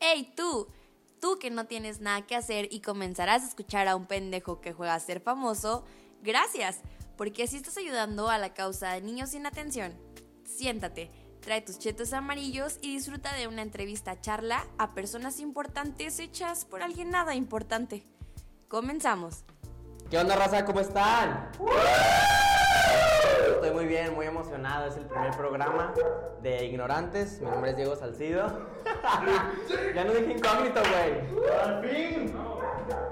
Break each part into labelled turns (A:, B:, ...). A: ¡Ey tú! Tú que no tienes nada que hacer y comenzarás a escuchar a un pendejo que juega a ser famoso, gracias, porque así estás ayudando a la causa de niños sin atención. Siéntate, trae tus chetos amarillos y disfruta de una entrevista charla a personas importantes hechas por alguien nada importante. Comenzamos.
B: ¿Qué onda, raza? ¿Cómo están? Estoy muy bien, muy emocionado. Es el primer programa de Ignorantes. Mi nombre es Diego Salcido. ya no dije incógnito, güey.
C: ¡Al fin!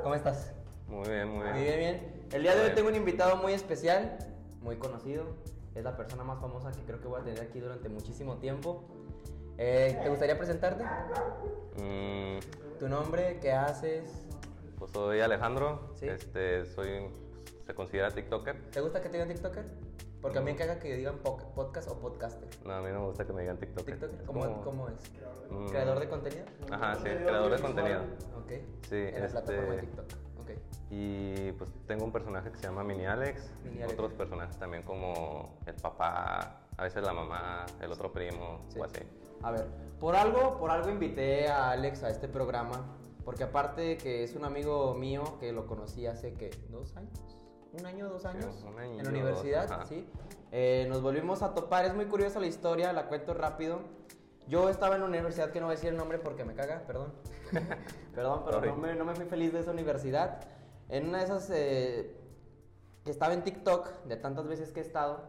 B: ¿Cómo estás?
D: Muy bien, muy bien.
B: Muy bien, bien. El día de hoy tengo un invitado muy especial, muy conocido. Es la persona más famosa que creo que voy a tener aquí durante muchísimo tiempo. Eh, ¿Te gustaría presentarte?
D: Mm,
B: ¿Tu nombre? ¿Qué haces?
D: pues soy Alejandro.
B: Sí.
D: Este, soy. ¿Se considera TikToker?
B: ¿Te gusta que te digan TikToker? Porque a mí me caga que digan poc- podcast o podcaster.
D: No, a mí no me gusta que me digan TikToker.
B: ¿TikToker?
D: Es
B: ¿Cómo,
D: como-
B: cómo es?
D: Mm.
B: ¿Creador de contenido?
D: Ajá, sí,
C: Creador
D: creador de
C: audiovisual.
D: contenido.
B: Ok.
D: Sí,
B: en la
D: este-
B: plataforma de TikTok. Ok.
D: Y pues tengo un personaje que se llama Mini Alex.
B: Mini Alex.
D: Otros personajes también como el papá, a veces la mamá, el otro primo
B: Sí.
D: o así.
B: A ver, por algo, por algo invité a Alex a este programa. Porque aparte de que es un amigo mío que lo conocí hace que dos años. Un año, dos años.
D: un año,
B: en la universidad,
D: ajá.
B: sí. Eh, nos volvimos a topar. Es muy curiosa la historia, la cuento rápido. Yo estaba en una universidad que no voy a decir el nombre porque me caga, perdón. perdón, pero no
D: Sorry.
B: me, no me fui feliz de esa universidad. En una de esas eh, que estaba en TikTok, de tantas veces que he estado,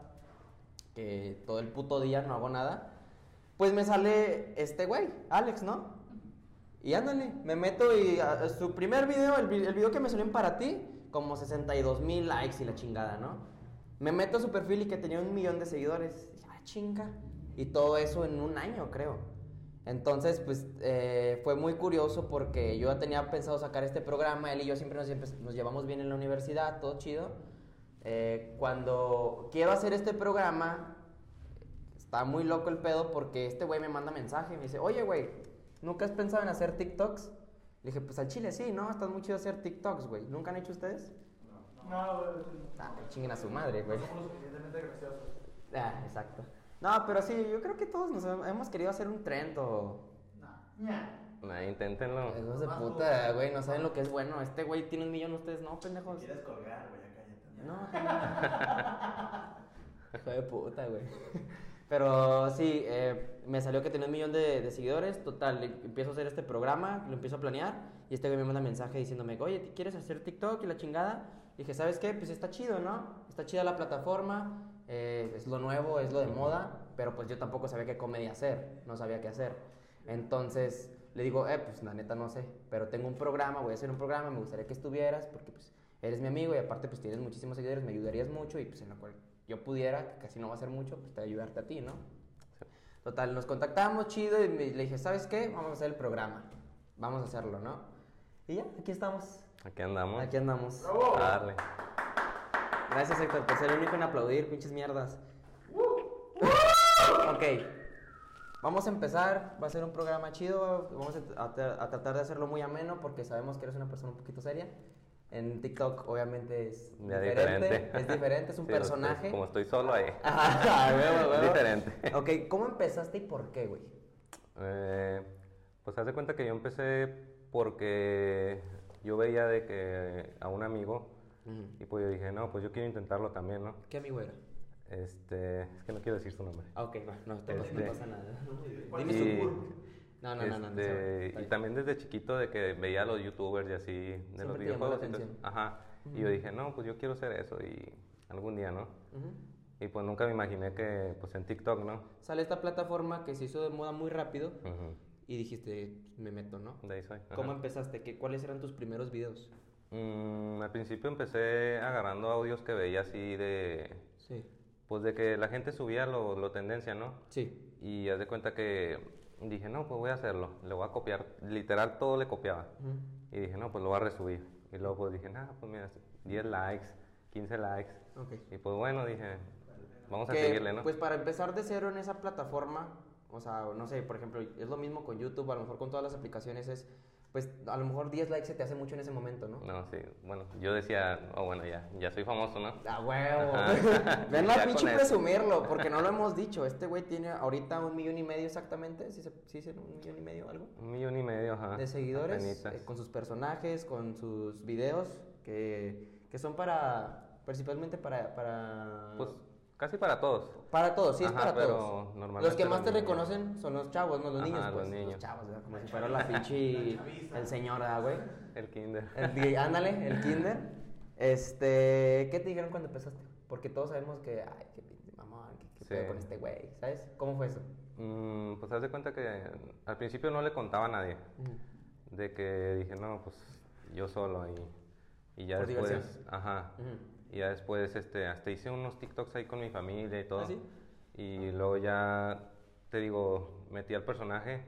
B: que todo el puto día no hago nada, pues me sale este güey, Alex, ¿no? Y ándale, me meto y a- a su primer video, el, vi- el video que me salió en para ti, como 62 mil likes y la chingada, ¿no? Me meto a su perfil y que tenía un millón de seguidores. Dije, ah, chinga. Y todo eso en un año, creo. Entonces, pues eh, fue muy curioso porque yo ya tenía pensado sacar este programa, él y yo siempre nos, siempre nos llevamos bien en la universidad, todo chido. Eh, cuando quiero hacer este programa, Está muy loco el pedo porque este güey me manda mensaje y me dice, oye, güey, ¿nunca has pensado en hacer TikToks? Le dije, pues al chile sí, ¿no? Están muy chido hacer TikToks, güey. ¿Nunca han hecho ustedes?
C: No, güey.
B: Ah, chinguen a su madre, güey.
C: Somos lo suficientemente graciosos.
B: Ah, exacto. No, pero sí, yo creo que todos nos hem- hemos querido hacer un trend o...
C: Ña.
D: Nah, inténtenlo.
B: Hijos de puta, güey, no saben lo que es bueno. Este güey tiene un millón, ustedes no, pendejos.
C: Quieres colgar, güey, ya cállate.
B: No, Hijo de puta, güey. Pero sí, eh, me salió que tenía un millón de, de seguidores. Total, em- empiezo a hacer este programa, lo empiezo a planear. Y este güey me manda mensaje diciéndome, oye, ¿te ¿quieres hacer TikTok y la chingada? Y dije, ¿sabes qué? Pues está chido, ¿no? Está chida la plataforma, eh, es lo nuevo, es lo de moda. Pero pues yo tampoco sabía qué comedia hacer, no sabía qué hacer. Entonces le digo, eh, pues la neta no sé, pero tengo un programa, voy a hacer un programa, me gustaría que estuvieras porque pues eres mi amigo y aparte pues tienes muchísimos seguidores, me ayudarías mucho y pues en lo cual yo pudiera, que casi no va a ser mucho, pues te ayudarte a ti, ¿no? Total, nos contactamos chido y me- le dije, ¿sabes qué? Vamos a hacer el programa, vamos a hacerlo, ¿no? Y ya, aquí estamos,
D: Aquí andamos.
B: aquí andamos.
C: ¡Bravo!
D: A darle.
B: Gracias Héctor por ser el único en aplaudir, pinches mierdas. ok, vamos a empezar, va a ser un programa chido, vamos a, a tra- a tratar de hacerlo muy ameno porque sabemos que eres una persona un poquito seria. En TikTok obviamente es
D: Ya
B: diferente,
D: diferente.
B: es diferente, es un
D: Sí, lo estoy-
B: personaje.
D: como estoy solo ahí.
B: Ajá, a huevo, a huevo.
D: Diferente.
B: Ok, ¿cómo empezaste y por qué, güey?
D: Eh, pues hace cuenta que yo empecé porque yo veía de que a un amigo y pues yo dije, no, pues yo quiero intentarlo también, ¿no?
B: ¿Qué amigo era?
D: Este, es que no quiero decir su nombre.
B: Ah, ok, va, no, te-
D: Este-
B: no pasa nada.
C: ¿Cuál
B: Dime
C: es
D: Y-
C: tu
B: tú.
C: curva?
B: No, no, no, no, no. se va,
D: Este,
B: está
D: y
B: bien.
D: también desde chiquito de que veía a los youtubers y así de
B: Siempre
D: los
B: te llamó la
D: videojuegos. entonces-
B: atención. Mm.
D: ajá. Y yo dije, no, pues yo quiero hacer eso y algún día, ¿no?
B: Ujú.
D: Y pues nunca me imaginé que, pues en TikTok, ¿no?
B: Sale esta plataforma que se hizo de moda muy rápido
D: Ujú.
B: y dijiste, me meto, ¿no?
D: De ahí soy. ajá.
B: ¿Cómo empezaste? ¿Qué, ¿Cuáles eran tus primeros videos?
D: Mm, al principio empecé agarrando audios que veía así de,
B: Sí.
D: pues de que la gente subía lo, lo tendencia, ¿no?
B: Sí.
D: Y haz de cuenta que dije, no, pues voy a hacerlo, le voy a copiar, literal todo le copiaba.
B: Ujú.
D: Y dije, no, pues lo voy a resubir. Y luego pues dije, no, pues mira, 10 likes, 15 likes.
B: Ok.
D: Y pues bueno, dije, vamos a
B: Que,
D: seguirle, ¿no?
B: Pues para empezar de cero en esa plataforma, o sea, no sé, por ejemplo, es lo mismo con YouTube, a lo mejor con todas las aplicaciones es, pues a lo mejor 10 likes se te hace mucho en ese momento, ¿no?
D: No, sí, bueno, yo decía, oh, bueno, ya, ya soy famoso, ¿no?
B: ¡A huevo!
D: Ajá.
B: Ven la
D: Ya
B: pinche
D: con eso.
B: presumirlo, porque no lo hemos dicho. Este güey tiene ahorita un millón y medio exactamente. ¿Sí, se, sí, se- un millón y medio algo?
D: Un millón y medio,
B: de seguidores
D: apenitas.
B: eh, con sus personajes, con sus videos, que, que son para, principalmente para... para
D: Pues casi para todos.
B: para todos, sí, es
D: Ajá,
B: para
D: pero
B: todos.
D: normalmente
B: Los que más
D: los
B: te
D: niños.
B: reconocen son los chavos, no los
D: Ajá,
B: niños.
D: los
B: Pues,
D: niños.
B: chavos, ¿verdad? como si fuera la pinche. el señor, ¿verdad, güey.
D: El kinder.
B: El di- ándale, el kinder. Este, ¿qué te dijeron cuando empezaste? Porque todos sabemos que, ay, qué pinche mamón, qué, qué
D: Sí.
B: pedo con este güey, ¿sabes? ¿Cómo fue eso?
D: Mm, pues haz de cuenta que al principio no le contaba a nadie. De que dije, no, pues yo solo y, y ya
B: Por
D: después.
B: diversión.
D: Ajá.
B: Ujú.
D: Y ya después, este, hasta hice unos TikToks ahí con mi familia y todo.
B: ¿Ah, sí?
D: Y luego ya, te digo, metí al personaje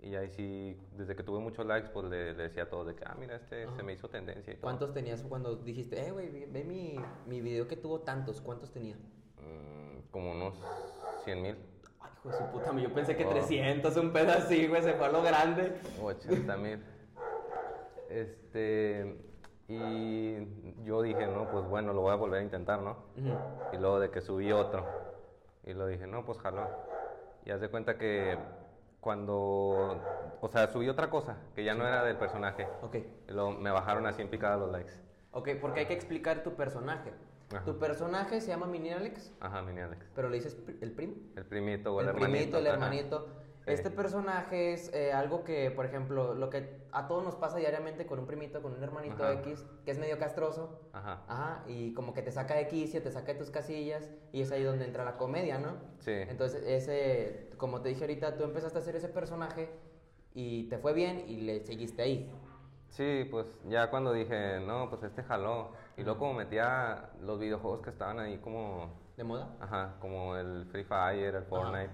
D: y ahí sí, desde que tuve muchos likes, pues le, le decía a todos de que, ah, mira, este
B: Ajá.
D: se me hizo tendencia y todo.
B: ¿Cuántos tenías cuando dijiste, eh, güey, ve- ve mi, mi video que tuvo tantos? ¿Cuántos tenía?
D: Mm, como unos 100 mil.
B: Ay, hijo de su puta, yo pensé que
D: Wow.
B: 300, un pedo así, güey, se fue a lo grande.
D: 80 mil. Este, y yo dije, no, pues bueno, lo voy a volver a intentar, ¿no?
B: Ujú.
D: Y luego de que subí otro. Y lo dije, no, pues jaló. Y haz de cuenta que cuando, o sea, subí otra cosa, que ya no era del personaje.
B: Ok.
D: Y luego me bajaron así en picada los likes.
B: Ok, porque hay que explicar tu personaje.
D: Ajá.
B: Tu personaje se llama Mini Alex,
D: Ajá, mini Alex.
B: pero le dices pri- el primo.
D: El primito o el,
B: el
D: hermanito.
B: primito, el
D: ajá.
B: hermanito.
D: Sí.
B: Este personaje es eh, algo que, por ejemplo, lo que a todos nos pasa diariamente con un primito, con un hermanito
D: Ajá.
B: X, que es medio castroso.
D: Ajá.
B: Ajá, y como que te saca de quicio, te saca de tus casillas, y es ahí donde entra la comedia, ¿no?
D: Sí.
B: Entonces, ese, como te dije ahorita, tú empezaste a hacer ese personaje y te fue bien y le seguiste ahí.
D: Sí, pues ya cuando dije, no, pues este jaló. Y luego como metía los videojuegos que estaban ahí como,
B: ¿De moda?
D: ajá, como el Free Fire, el Fortnite.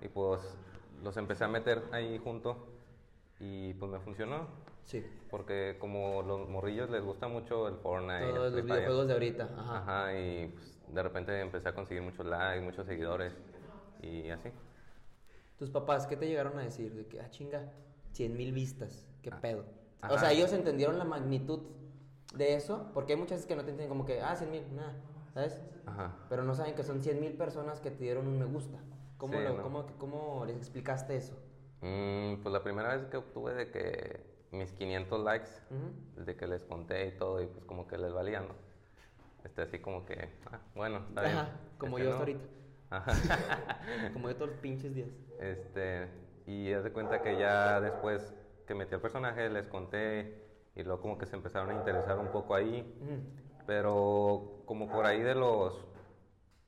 D: Y pues los empecé a meter ahí junto y pues me funcionó.
B: Sí.
D: Porque como los morrillos les gusta mucho el Fortnite. el
B: Todos
D: Free
B: los
D: Fire.
B: videojuegos de ahorita. Ajá.
D: pues, Ajá, y pues, de repente empecé a conseguir muchos likes, muchos seguidores y así.
B: ¿Tus papás qué te llegaron a decir? De que, ah, chinga, 100 mil vistas, qué pedo. O
D: Ah. ajá.
B: sea, ellos entendieron la magnitud de eso, porque hay muchas veces que no te entienden como que, ah, 100 mil, nada, ¿sabes?
D: Ajá.
B: Pero no saben que son 100 mil personas que te dieron un me gusta. ¿Cómo,
D: Sí,
B: lo-
D: ¿no?
B: cómo, cómo les explicaste eso?
D: Mm, pues la primera vez que obtuve de que mis 500 likes,
B: Ujú.
D: desde que les conté y todo, y pues como que les valía, ¿no? Este, así como que, ah, bueno, está bien.
B: Ajá, como
D: Este,
B: yo
D: no.
B: hasta ahorita,
D: Ajá.
B: como yo todos los pinches días.
D: Este, y haz de cuenta que ya después que metí al personaje, les conté, y luego como que se empezaron a interesar un poco ahí,
B: Ujú.
D: pero como por ahí de los...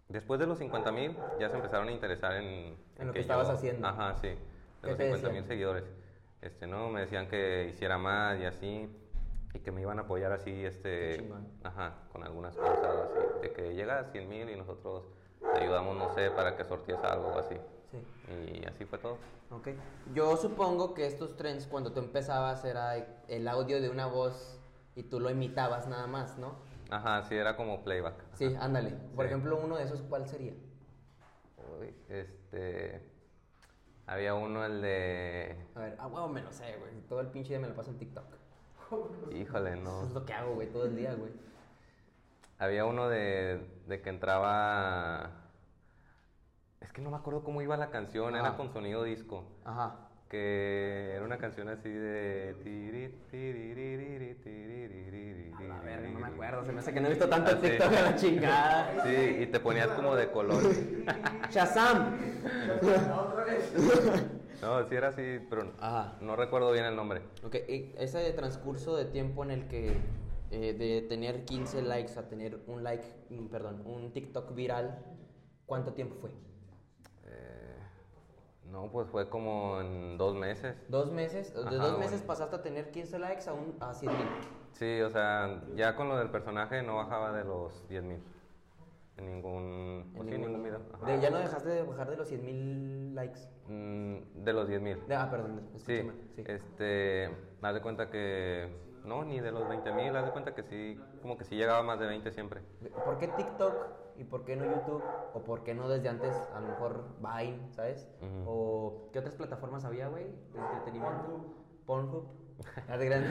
D: Después de los 50 mil ya se empezaron a interesar en...
B: En lo que estabas haciendo.
D: Ajá, sí.
B: ¿Qué
D: De los
B: te
D: 50
B: decían?
D: mil seguidores. Este, no, me decían que hiciera más y así. Y que me iban a apoyar así,
B: Qué
D: este...
B: chingón.
D: Ajá, con algunas cosas así. De que llega a 100 mil y nosotros te ayudamos, no sé, para que sortees algo o así.
B: Sí.
D: Y así fue todo.
B: Ok. Yo supongo que estos trends cuando tú empezabas era el audio de una voz y tú lo imitabas nada más, ¿no?
D: Ajá, sí, era como playback.
B: Sí, ándale. Por
D: Sí.
B: ejemplo, uno de esos, ¿cuál sería?
D: Uy, Este... Había uno, el de...
B: A ver, ah, huevo, me lo sé, güey. Todo el pinche día me lo paso en TikTok.
D: Híjole, no.
B: Eso es lo que hago, güey, todo el día, güey.
D: Había uno de, de que entraba. Es que no me acuerdo cómo iba la canción,
B: Ajá.
D: era con sonido disco.
B: Ajá.
D: Que era una canción así de. tiri, tiririri, tiririri,
B: A ver, no me acuerdo, se me hace que no he visto tanto
D: Ah, sí.
B: TikTok a la chingada.
D: Sí, y te ponías como de color.
B: ¡Shazam!
C: Otra vez.
D: No, sí era así, pero
B: Ajá.
D: no recuerdo bien el nombre.
B: Ok, y ese transcurso de tiempo en el que eh, de tener 15 likes a tener un like, mm, perdón, un TikTok viral, ¿cuánto tiempo fue?
D: Eh, no, pues fue como en dos meses.
B: ¿Dos meses? De
D: Ajá,
B: dos
D: bueno.
B: meses pasaste a tener 15 likes a, un, a 100 mil.
D: Sí, o sea, ya con lo del personaje no bajaba de los 10.000. En ningún. pues sí, en ningún video. Ajá.
B: De- ya no dejaste de bajar de los 100 mil likes.
D: Mm, de los 10.000.
B: De- ah, perdón,
D: Sí,
B: escúchame. Sí.
D: este, haz de cuenta que, no, ni de los 20.000, haz de cuenta que sí, como que sí llegaba más de 20 siempre.
B: ¿Por qué TikTok y por qué no YouTube? ¿O por qué no desde antes, a lo mejor Vine, ¿sabes?
D: Ujú.
B: ¿O qué otras plataformas había, güey? De entretenimiento. Pornhub. Ah, de gran-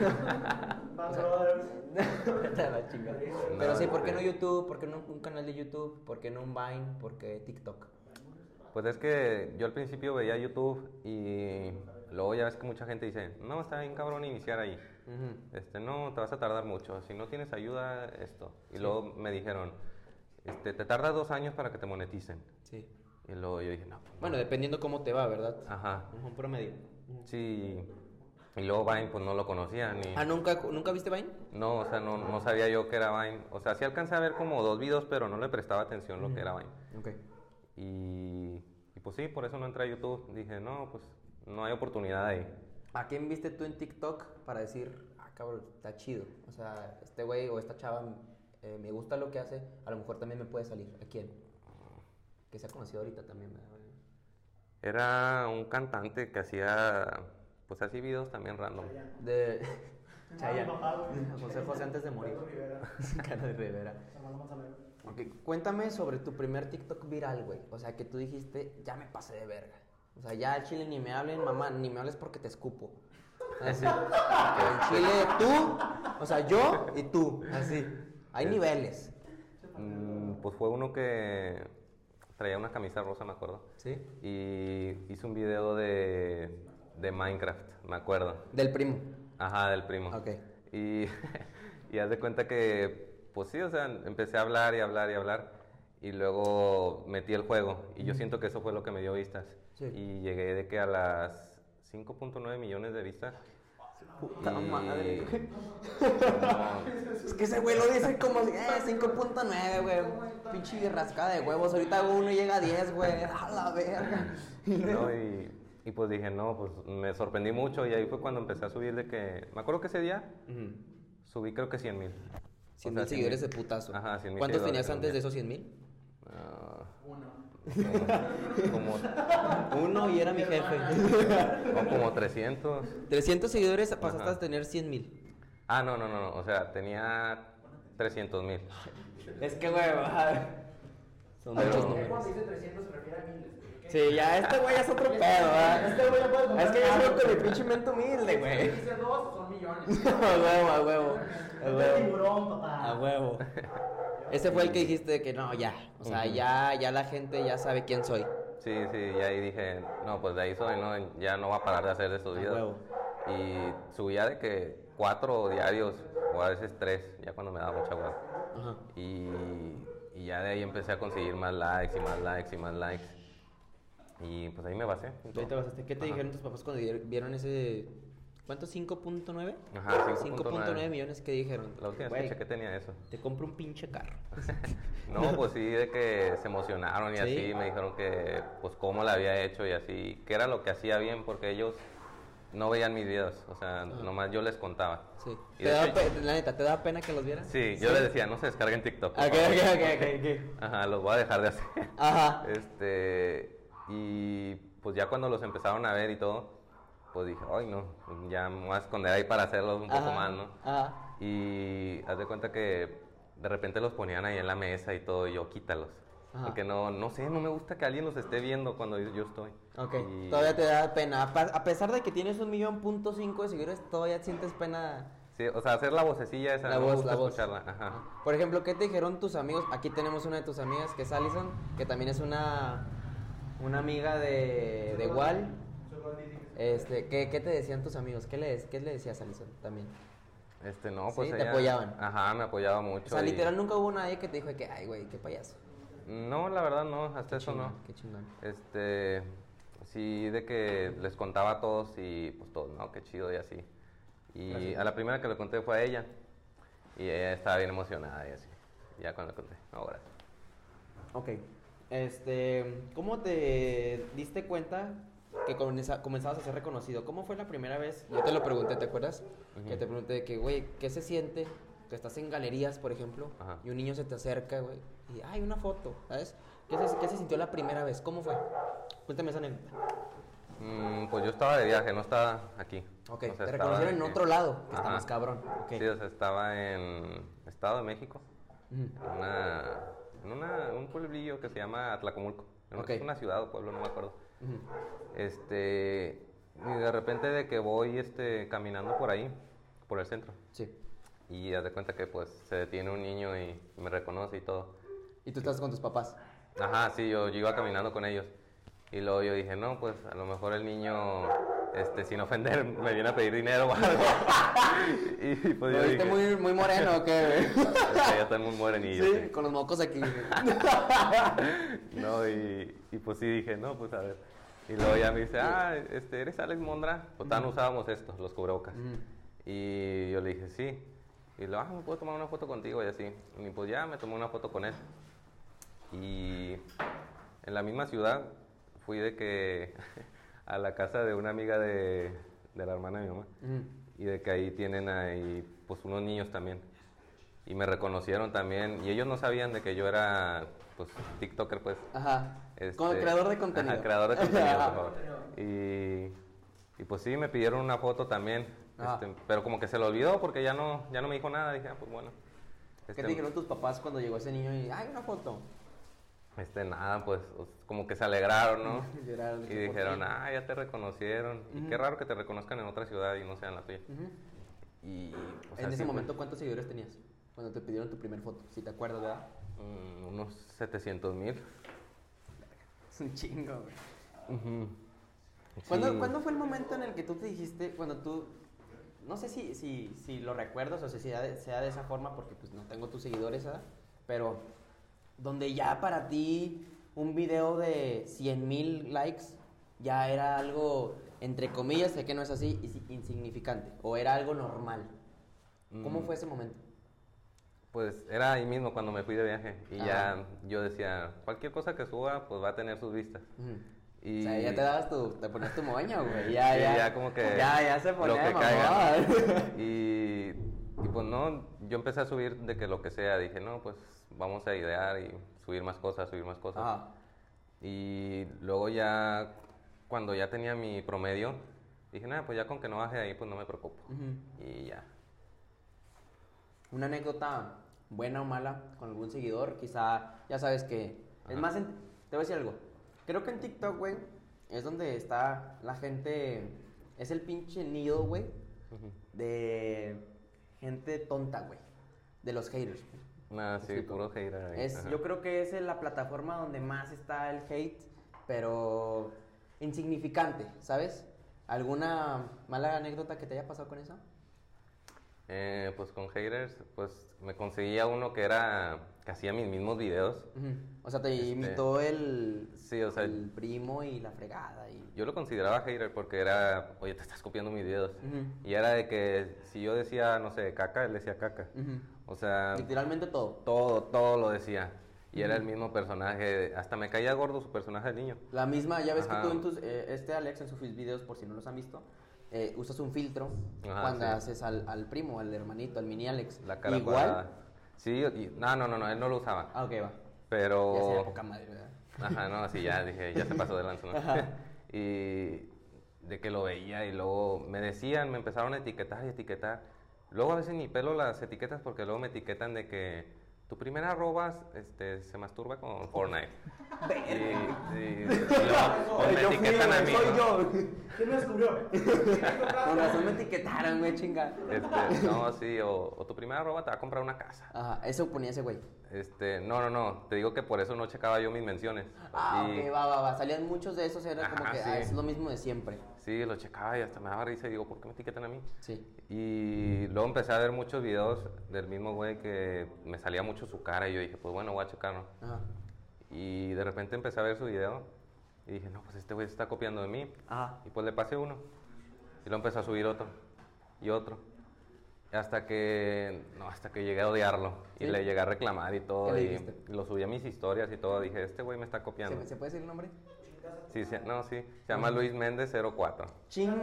C: Band Brothers.
B: Vete a la chingada.
D: No,
B: Pero sí, ¿por qué
D: sí.
B: no YouTube? ¿Por qué no un canal de YouTube? ¿Por qué no un Vine? ¿Por qué TikTok?
D: Pues es que yo al principio veía YouTube y Luego ya ves que mucha gente dice, no, está bien cabrón iniciar ahí.
B: Ujú.
D: Este, no, te vas a tardar mucho. Si no tienes ayuda, esto. Y luego me dijeron, este, te tarda dos años para que te moneticen.
B: Sí.
D: Y luego yo dije, no. pues, no".
B: Bueno, dependiendo cómo te va, ¿verdad?
D: Ajá.
B: Ujú, Un promedio.
D: Sí. Y luego Vine, pues no lo conocía ni...
B: Ah, ¿nunca, ¿nunca viste Vine?
D: No, o sea, no, no sabía yo que era Vine. O sea, sí alcancé a ver como dos videos, pero no le prestaba atención lo que era Vine.
B: Ok.
D: Y, y pues sí, por eso no entré a YouTube. Dije, no, pues no hay oportunidad ahí.
B: ¿A quién viste tú en TikTok para decir, ah, cabrón, está chido? O sea, este güey o esta chava eh, me gusta lo que hace, a lo mejor también me puede salir. ¿A quién? Que se ha conocido ahorita también, ¿verdad?
D: Era un cantante que hacía, pues así videos también random.
B: De.
C: Ah, mi papá, güey.
B: José José antes de morir.
C: Carlos Rivera.
B: Carlos Rivera.
C: Samuel Monsalve.
B: Ok, Cuéntame sobre tu primer TikTok viral, güey. O sea, que tú dijiste, ya me pasé de verga. O sea, ya al chile ni me hablen, mamá, ni me hables porque te escupo. Así. Al chile tú, o sea, yo y tú, así. Hay
D: Es-
B: niveles.
D: Mm, pues fue uno que traía una camisa rosa, me acuerdo.
B: ¿Sí?
D: Y hizo un video de, de Minecraft, me acuerdo.
B: Del primo.
D: Ajá, del primo.
B: Ok.
D: Y, y haz de cuenta que, pues sí, o sea, empecé a hablar y hablar y hablar. Y luego metí el juego. Y yo siento que eso fue lo que me dio vistas.
B: Sí.
D: Y llegué de que a las 5.9 millones de vistas.
B: Puta
D: Y-
B: madre. güey.
D: No,
B: Es que ese güey lo dice como si, eh, 5.9, güey. Pinche rascada de huevos. Ahorita uno llega a 10, güey. A la verga.
D: No, y, y pues dije, no, pues me sorprendí mucho y ahí fue cuando empecé a subir de que, me acuerdo que ese día subí creo que 100 mil.
B: 100 mil seguidores de putazo.
D: Ajá, 100,000
B: ¿Cuántos tenías
D: seguidores en un
B: antes
D: día.
B: de esos 100 mil?
C: Uno.
D: Ah. como,
B: Uno y era mi jefe.
D: como, como 300.
B: 300 seguidores pasaste
D: Ajá.
B: a tener 100 mil.
D: Ah, no, no, no, no, o sea, tenía 300 mil.
B: Es que, güey, son
D: Pero-
B: muchos
C: Él
B: números.
C: cuando dice 300 se refiere a miles. güey, ¿ok?
B: Sí, ya, este güey es otro pedo, ¿verdad?
C: Este güey ya puede comprar
B: Es que yo
C: carro,
B: soy con mi
C: güey.
B: pinche mente humilde, güey.
C: Si dice dos, son millones.
B: A huevo, a huevo. A
C: Este
B: huevo.
C: tiburón, papá.
B: A huevo. Ese fue el que dijiste que no, ya. O sea,
D: Ujú.
B: ya, ya la gente ya sabe quién soy.
D: Sí, sí, y ahí dije, no, pues de ahí soy, no, ya no va a parar de hacer esos
B: A
D: videos.
B: huevo.
D: Y subía de que cuatro diarios o a veces tres, ya cuando me daba mucha hueva.
B: Ajá.
D: Y, y ya de ahí empecé a conseguir más likes y más likes y más likes. Y pues ahí me basé.
B: Tú ahí te
C: este,
B: basaste. ¿Qué te
D: Ajá.
B: dijeron tus papás cuando di- vieron ese. ¿Cuánto? ¿5.9?
D: Ajá,
B: 5.9 millones que dijeron.
D: La última vez
B: Güey,
D: que chequé tenía eso.
B: Te compro un pinche carro.
D: No, pues sí, de que se emocionaron y
B: Sí.
D: así. Me dijeron que, pues, cómo la había hecho y así. Que era lo que hacía bien porque ellos no veían mis videos. O
B: Ah.
D: sea, nomás yo les contaba.
B: Sí.
D: Y
B: ¿Te
D: de
B: daba
D: hecho-
B: pe- la neta, ¿te daba pena que los vieran?
D: Sí, yo les decía, no se descarguen TikTok.
B: Ok,
D: por
B: ok,
D: favor".
B: ok, ok,
D: Ajá, los voy a dejar de hacer.
B: ok. Ajá.
D: Este, y pues ya cuando los empezaron a ver y todo, pues dije, ay no, ya me voy a esconder ahí para hacerlos un poco
B: ajá,
D: más, ¿no?
B: Ajá.
D: Y haz de cuenta que de repente los ponían ahí en la mesa y todo, y yo quítalos.
B: Ajá.
D: Porque no, no sé, no me gusta que alguien los esté viendo cuando yo, yo estoy.
B: Ok,
D: Y-
B: todavía te da pena. A pa- A pesar de que tienes un millón punto cinco de seguidores, todavía sientes pena.
D: Sí, o sea, hacer la vocecilla esa,
B: La
D: no me
B: voz,
D: gusta
B: la voz.
D: escucharla. Ajá.
B: Por ejemplo, ¿qué te dijeron tus amigos? Aquí tenemos una de tus amigas que es Allison, que también es una, una amiga de, de Wal. Este, ¿qué, qué te decían tus amigos? ¿Qué le, qué le decías a Allison también?
D: Este, no,
B: Sí,
D: pues
B: te
D: ella-
B: apoyaban.
D: Ajá, me apoyaba mucho.
B: O sea,
D: y-
B: literal nunca hubo nadie que te dijo que, ay, güey, qué payaso.
D: No, la verdad no, hasta eso no.
B: Qué chingón.
D: Este, sí, de que les contaba a todos y pues todos, ¿no? Qué chido y así. Y a la primera que le conté fue a ella. Y ella estaba bien emocionada y así. Ya cuando le conté, ahora.
B: Ok. Este, ¿cómo te diste cuenta que comenza- comenzabas a ser reconocido? ¿Cómo fue la primera vez? Yo te lo pregunté, ¿te acuerdas? Que te pregunté de que, güey, ¿qué se siente? Que estás en galerías, por ejemplo,
D: Ajá.
B: y un niño se te acerca, güey, y hay una foto, ¿sabes? ¿Qué se, qué se sintió la primera vez? ¿Cómo fue? Cuéntame esa anécdota.
D: Mm, pues yo estaba de viaje, no estaba aquí.
B: Ok,
D: O sea,
B: te
D: estaba
B: reconocieron en
D: de que-
B: otro lado, que está
D: Ajá.
B: más cabrón. Ok.
D: Sí, o sea, estaba en Estado de México,
B: Ujú.
D: en, una, en una- un pueblillo que se llama Atlacomulco. No,
B: Ok.
D: Es una ciudad o pueblo, no me acuerdo.
B: Ujú.
D: Este, y de repente de que voy este, caminando por ahí, por el centro,
B: Sí.
D: y haz de cuenta que pues se detiene un niño y me reconoce y todo.
B: Y tú estás con tus papás.
D: Ajá, sí, yo, yo iba caminando con ellos. Y luego yo dije, no, pues a lo mejor el niño este, sin ofender, me viene a pedir dinero o algo. y pues
B: Lo
D: yo
B: viste
D: dije,
B: muy, muy moreno, ¿o ¿qué? güey?
D: "Este, ya estoy muy morenillo.
B: Sí,
D: sí".
B: con los mocos aquí. güey.
D: No, y, y pues sí dije, no, pues a ver. Y luego ya me dice, ah, este, ¿eres Alex Mondra? Pues tan usábamos estos, los cubrebocas. Y yo le dije, sí. Y lo, ah, me puedo tomar una foto contigo y así. Y pues ya me tomé una foto con él. Y en la misma ciudad fui de que a la casa de una amiga de, de la hermana de mi mamá.
B: Ujú.
D: Y de que ahí tienen ahí, pues unos niños también. Y me reconocieron también. Y ellos no sabían de que yo era, pues, TikToker, pues.
B: Ajá. Como
D: Este,
B: creador de
D: ajá,
B: contenido.
D: creador de contenido, por
B: Ajá.
D: favor. Y, y pues sí, me pidieron una foto también.
B: Ah.
D: este, pero como que se lo olvidó porque ya no, ya no me dijo nada. Dije, ah, pues bueno.
B: ¿Qué
D: Este,
B: te dijeron tus papás cuando llegó ese niño y, ay, una foto?
D: Este, nada, pues o s- como que se alegraron, ¿no?
B: Lloraron,
D: y
B: qué
D: dijeron,
B: por ti.
D: ah, ya te reconocieron. Y qué raro que te reconozcan en otra ciudad y no sea en la tuya.
B: Ujú.
D: Y pues,
B: en
D: así
B: ese
D: fue.
B: momento, ¿cuántos seguidores tenías? Cuando te pidieron tu primer foto, si te acuerdas, ¿verdad?
D: Mm, unos 700 mil.
B: Es un chingo, güey. ¿Cuándo, cuándo fue el momento en el que tú te dijiste, cuando tú, no sé si, si, si lo recuerdas o si sea de, sea de esa forma, porque pues no tengo tus seguidores, ¿verdad? Pero donde ya para ti un video de 100 mil likes ya era algo, entre comillas, sé que no es así, ins- insignificante, o era algo normal. ¿Cómo
D: Mm.
B: fue ese momento?
D: Pues era ahí mismo cuando me fui de viaje. Y
B: Ajá.
D: ya yo decía, cualquier cosa que suba, pues va a tener sus vistas.
B: Ujú.
D: Y
B: O sea, ya te dabas tu, te ponías tu moño, güey, ya,
D: Sí,
B: ya.
D: como que.
B: Ya, ya se ponía
D: Lo que
B: de
D: caiga. ¿no?
B: mamón.
D: Y, y pues no, yo empecé a subir de que lo que sea. Dije, no, pues vamos a idear y subir más cosas, subir más cosas.
B: Ajá.
D: Y luego ya, cuando ya tenía mi promedio, dije, nada, pues ya con que no baje de ahí, pues no me preocupo.
B: Ujú.
D: Y ya.
B: una anécdota buena o mala con algún seguidor, quizá ya sabes que... Es
D: Ajá.
B: más, en- te voy a decir algo. Creo que en TikTok, güey, es donde está la gente... Es el pinche nido, güey, de gente tonta, güey. De los haters. güey.
D: Nada,
B: ¿Me
D: sí,
B: explico?
D: puro hater ahí.
B: Es,
D: Ajá.
B: yo creo que es la plataforma donde más está el hate, pero insignificante, ¿sabes? ¿Alguna mala anécdota que te haya pasado con eso?
D: Eh, pues con haters, pues me conseguía uno que era, que hacía mis mismos videos.
B: Ujú. O sea, te
D: Este,
B: imitó el,
D: sí, o sea-
B: el primo y la fregada. Y...
D: Yo lo consideraba hater porque era, oye, te estás copiando mis videos.
B: Ujú.
D: Y era de que si yo decía, no sé, caca, él decía caca.
B: Ujú.
D: O sea,
B: Literalmente todo.
D: todo, todo lo decía. Y era el mismo personaje, hasta me caía gordo su personaje de niño.
B: La misma, ya ves
D: Ajá.
B: que tú en tus, eh, este Alex en sus videos, por si no los han visto, eh, usas un filtro
D: Ajá,
B: cuando
D: sí.
B: haces al, al primo, al hermanito, al mini Alex.
D: La cara
B: Igual.
D: cuadrada. Sí, y- no, no, no, no, él no lo usaba.
B: Ah, ok, va.
D: Pero...
B: Ya sería poca madre, ¿verdad?
D: Ajá, no, sí, ya dije, ya se pasó de lanza, ¿no? Y de que lo veía y luego me decían, me empezaron a etiquetar y etiquetar. Luego a veces ni pelo las etiquetas porque luego me etiquetan de que tu primera arroba este, se masturba con Fortnite. Y, y- y luego, pues, me
B: Yo fui,
D: etiquetan a
B: güey,
D: mí,
B: soy
D: ¿no?
B: yo.
C: ¿Quién me descubrió?
B: Con razón me etiquetaron, güey, chinga.
D: Este, no, sí, o, o tu primera arroba te va a comprar una casa.
B: Ajá, eso ponía ese güey.
D: Este, no, no, no, te digo que por eso no checaba yo mis menciones.
B: Ah,
D: Y-
B: ok, va, va, va. Salían muchos de esos, era como
D: Ajá,
B: que ah,
D: sí.
B: es lo mismo de siempre.
D: Sí, lo checaba y hasta me daba risa y digo, ¿por qué me etiquetan a mí?
B: Sí.
D: Y luego empecé a ver muchos videos del mismo güey que me salía mucho su cara y yo dije, pues bueno, voy a checarlo.
B: Ajá.
D: Y de repente empecé a ver su video y dije, no, pues este güey se está copiando de mí.
B: Ajá.
D: Y pues le pasé uno. Y luego empezó a subir otro y otro. Y Hasta que, no, hasta que llegué a odiarlo y
B: ¿Sí?
D: le llegué a reclamar y todo.
B: ¿Qué le
D: y,
B: dijiste?
D: y lo subí a mis historias y todo. Dije, este güey me está copiando.
B: ¿Se, se puede decir el nombre?
D: Sí, se- no, sí. Se llama Luis Méndez 04.
B: Chingas